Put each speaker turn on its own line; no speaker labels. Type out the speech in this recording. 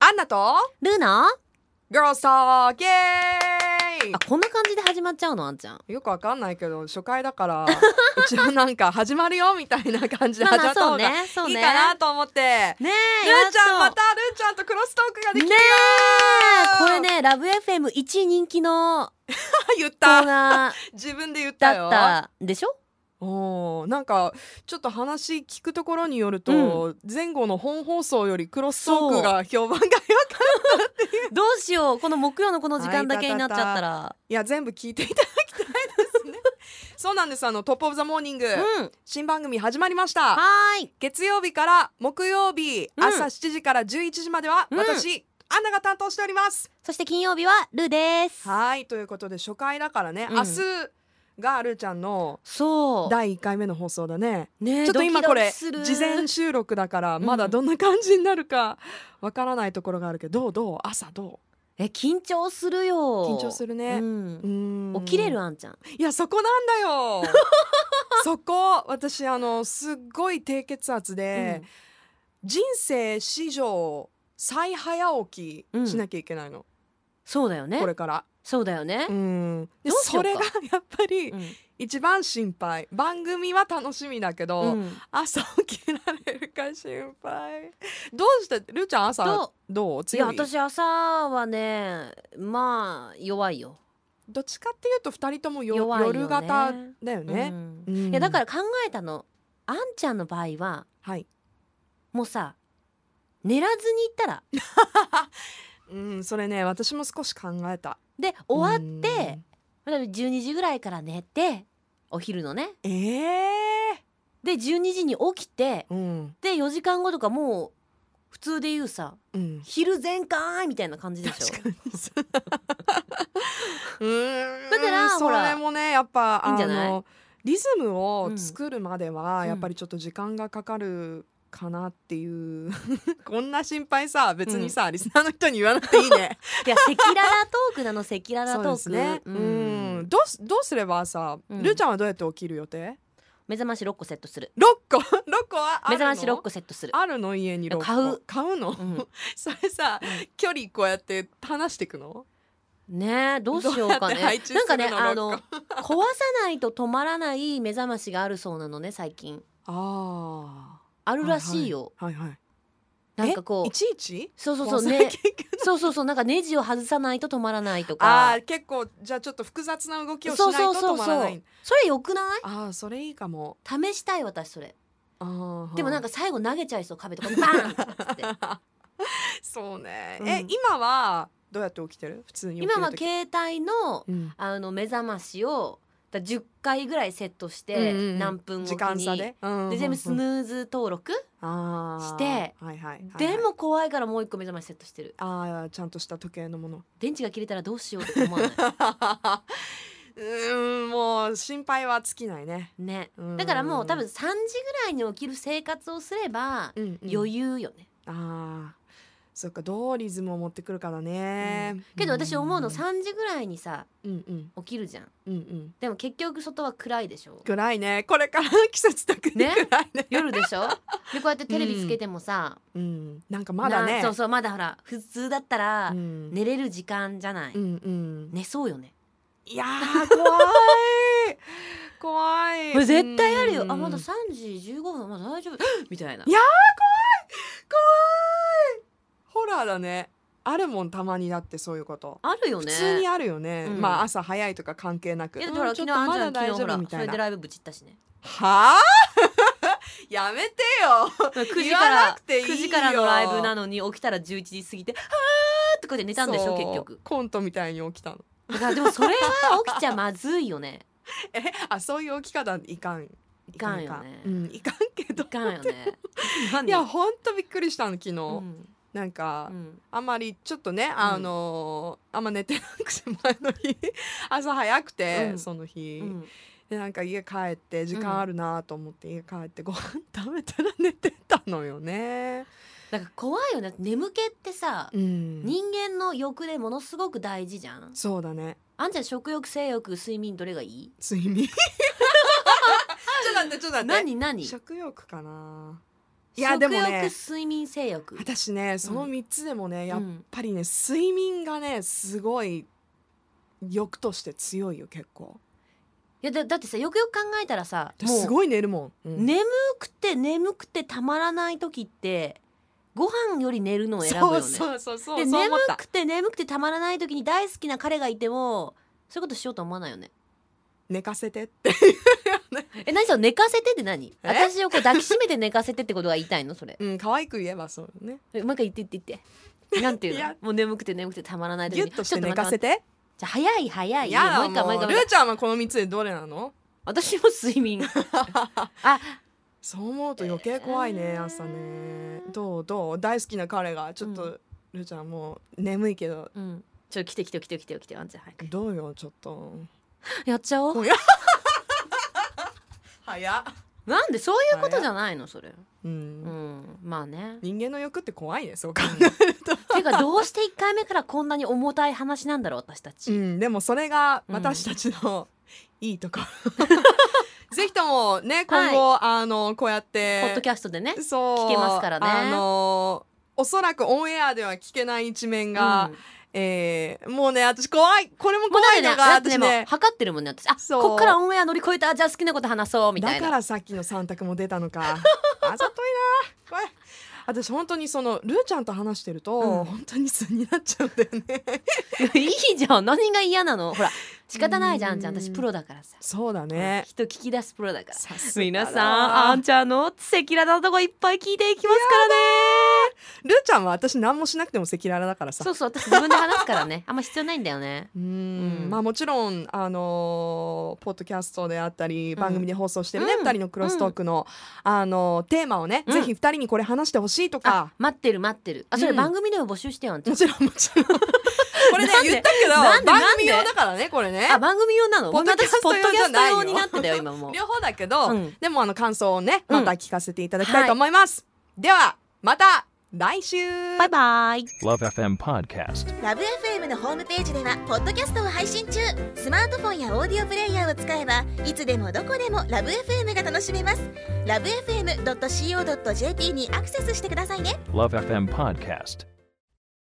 アンナと
ルーナ
グロストーイエ
あこんな感じで始まっちゃうのあんちゃん
ーイよくわかんないけど初回だから 一応なんか始まるよみたいな感じで始まった方がい
ねそ
いかなと思って、
ねえ
ルーちゃん
や
ま
った
ルーちゃんとクロストークが
と
でき
ね
るよ
えこれねラブ f m 一位人気の
言っ
コー
た
ナー
自分で言った
だ
よ
ったでしょ
おーなんかちょっと話聞くところによると、前後の本放送よりクロストークが評判がよく
どうしようこの木曜のこの時間だけになっちゃったら
いや全部聞いていただきたいですねそうなんですあのトップオブザモーニング、
うん
新番組始まりました
はーい
月曜日から木曜日、
うん
朝7時から11時までは
うん
私、アンナが担当しております
そして金曜日はルーです
はいということで初回だからね、
うん
明日がルーちゃんの
そう
第1回目の放送だね
ねえ
ちょっと今これ
ドキドキす
事
る
前収録だから
ん
まだどんな感じになるかわからないところがあるけどどうどう朝ど
え緊張する
う
よ
緊張する
う
ね、うんん
起きれるあんちゃん
いやそこなんだ よそこ私あのすっごい低血圧で、人生史上最早起きしなきゃいけないの、
そうだよね
これから。
そうだよね
うん、で
どうし
そ
よ
う
か
れがやっぱり
うん
一番心配番組は楽しみだけど、
うん
朝起きられるか心配どうしてるーちゃん朝
と
どう
いや
強い
私朝はねまあ弱いよ
どっちかっていうと二人ともよ
弱いよね
夜型だよね、
うんいやだから考えたのあんちゃんの場合は
らはい
もうさ寝らずに行ったら
うんそれね私も少し考えた
で終わって12時ぐらいから寝てお昼のね
うんええ
で12時に起きて
うん
で4時間後とかもう普通で言うさ
うん
昼全開みたいな感じでしょ
確かにそううーん
だから
そ
ほら
れもねやっぱ
いいんじゃない
あのリズムを作るまでは、やっぱりちょっと時間がかかるかなっていう こんな心配さ別にさ、リスナーの人に言わなくていいね
いや赤裸々トークなの赤裸々トーク
う、
うんん
どうすどうすればさ、
うん
ルーちゃんはどうやって起きる予定
目覚まし6個セットする
六個 六個はあ
目
るの
覚まし6個セットする
あるの家に六個
買う
買うの、
うん
それさ距離こうやって離していくの
ねえどうしようか
ど
ね
うやって配置する
な
の
んかね
六個
あの壊さないと止まらない目覚ましがあるそうなのね最近
あ
あ
あ
るらしいよ、
はいはい、はいはい
なんかこ
えい
う
ちいち
そうそう
こ
そう
さ
ね
結局
そうそうそうなんかネジを外さないと止まらないと
あ
か
ー結構じゃあちょっと複雑な動きをし
そう
ない
そう
と
そ
止
う
まら
そ
な
う
い
それ良くない
ああそれいいかも
試したい私それ
あー
でもなんか最後投げちゃいそう壁とかバーンとかっつって
そうね、
うん
え今はどうやって起きてる普通に起きて
今
る
は
時
携帯の
うん
あの目覚ましをだ10回ぐらいセットして
うんうんうん
何分後
時
き
間
に、
差で、うん
で全部スヌーズ登録、
あー
して
はいはいはいはい
でも怖いからもう一個目覚ましセットしてる
ああちゃんとした時計のもの
電池が切れたらどうしようとか思わないう
ーんもう心配は尽きないね、
ね
うん
だからもう多分3時ぐらいに起きる生活をすれば
うんうん
余裕よね、
ああそっかどうリズムを持ってくるかだね、
けど私思うの
ん
3時ぐらいにさ
うんうん
起きるじゃん
うんうん
でも結局外は暗いでしょ
暗いねこれから季節だけで
ね
暗いね
夜でし ょでこうやってテレビつけてもさ、
うんなんかまだ
な
ね
そうそうまだほら普通だったら
うん
寝れる時間じゃない、
うんうん
寝そうよね
いやー怖い怖い
これ絶対あるよ、あまだ
うん
3時15分まだ大丈夫みたいない
や怖いホラーだねあるもんたまにだってそういうこと
あるよ
普
ね
通にあるよね、
うん
まあ朝早いとか関係なく
いやだ
う
ってほら
んちょ
昨
っと
日あん
ま
ちゃ
だ
ん
大丈
昨日ほら
夫み
そ
たい
れで
な
ライブぶちったしね
はあ やめてよ
9時
言
か
わな
ら
くていいよ
9時からのライブなのに起きたら11時過ぎて「はあ」とかで寝たんでし
そ
ょ
う
結局
コントみたいに起きたの
だからでもそれは起きちゃまずいよね
えあそういう起き方いかん
いかんよ
い
ね
かんうんいかんけど
いかんよね何
いやほんとびっくりしたの昨日、
うん
なんか、
うん
あんまりちょっとねあのーあんま寝てなくて前の日 朝早くて、
うん
その日、
うん
でなんか家帰って時間あるなと思って家帰ってご飯食べたら寝てたのよね。
なんか怖いよね眠気ってさ
うん、
人間の欲でものすごく大事じゃん
そうだね
あんちゃん食欲性欲睡眠どれがいい
睡眠ちょっと待ってちょっと待って
何何
食欲かないやでも
食欲
ね
睡眠性欲
私ねその3つでもね、やっ
うん
ぱりね睡眠がねすごい欲として強いよ結構
いやだだってさよくよく考えたらさ
私
も
す
う
ごい寝るもん、うん
眠くて眠くてたまらない時ってご飯より寝るのを選ぶよね
そうそうそうそ
で
うそう
眠
思った
くて眠くてたまらない時に大好きな彼がいてもそういうことしようと思わないよね
寝かせてって
え何その寝かせてって何
え
私をこう抱きしめて寝かせてってことが言いたいのそれ
うん可愛く言えばそうね
えもう一回言って言って言ってなんていう
い
の
や
もう眠くて眠くてたまらない時
ギ
に
ュッとして寝
ちょっ
か
待
せ
って
て
じゃあ早い早い
いや
もう一回もう
も
一
う
回
ル
もう一
ー
回
ちゃんはこの3つでどれなの
私も睡眠 あ
そう思うと余計怖いね、
えー
朝ねどうどう大好きな彼がちょっと、
う
ルーちゃんもう眠いけど
うんちょ来て来て来て来て来てワンちゃん早く
どうよちょっと
やっちゃおう
こ早っ、
なんでそういうことじゃないのそれ
う、
うんんまあね
人間の欲って怖いねそう考え
ていうかどうして1回目からこんなに重たい話なんだろう私た
う
ち
ん、でもそれが
うん
私たちのいいと ころ、ぜひともね今後、あのこうやっ
ポ
て
ッドキャストでね
そう
聞けますからね
あのおそらくオンエアでは聞けない一面が、
うん
えーもうね私怖いこれも
もう
怖
だって
い
ね
の
だ
が
って
私
ねもう
ね
測ってるもんね私あ
そう
こっからオンエア乗り越えたじゃあ好きなこと話そうみた
だ
い
か
な
らさっきの三択も出たの かあざといな怖い私本当にそのルーちゃんと話してると、
うん
本当に素になっちゃうんだよね
いいじゃん何が嫌なのほら仕方ないじゃんあんちゃん私プロだからさ
そうだね
人聞き出すプロだから
さすがだ
皆さんあんちゃんの赤裸々なとこいっぱい聞いていきますからね
ルーちゃんは私何もしなくても赤裸々だからさ
そうそう私自分で話すからねあんま必要ないんだよね
うー
うん
んまあもちろんあのーポッドキャストであったり
ん
番組で放送してるね、
うん
2人のクロストークの、あのーテーマをね、
うん
ぜひ2人にこれ話してほしいと
あ
か
待ってる待ってるあそれ
うん
番組でも募集してよあんちゃん
もちろんもちろん これね
なんで
言ったけど
なんで
番
なんで
組用だからねこれね
あ番組用なの
ポッドキャスト
私ポッドキャスト用
用
に
じゃないよ
なってたよ今もう
両方だけど、
うん
でもあの感想をね
うん
また聞かせていただきたいと思います、ではまた来週
バイバイ
Love FM Podcast.
ラブ f m のホームページではポッドキャストを配信中スマートフォンやオーディオプレイヤーを使えばいつでもどこでもラブ f m が楽しめますラブ FM.co.jp にアクセスしてくださいね
Love FM Podcast.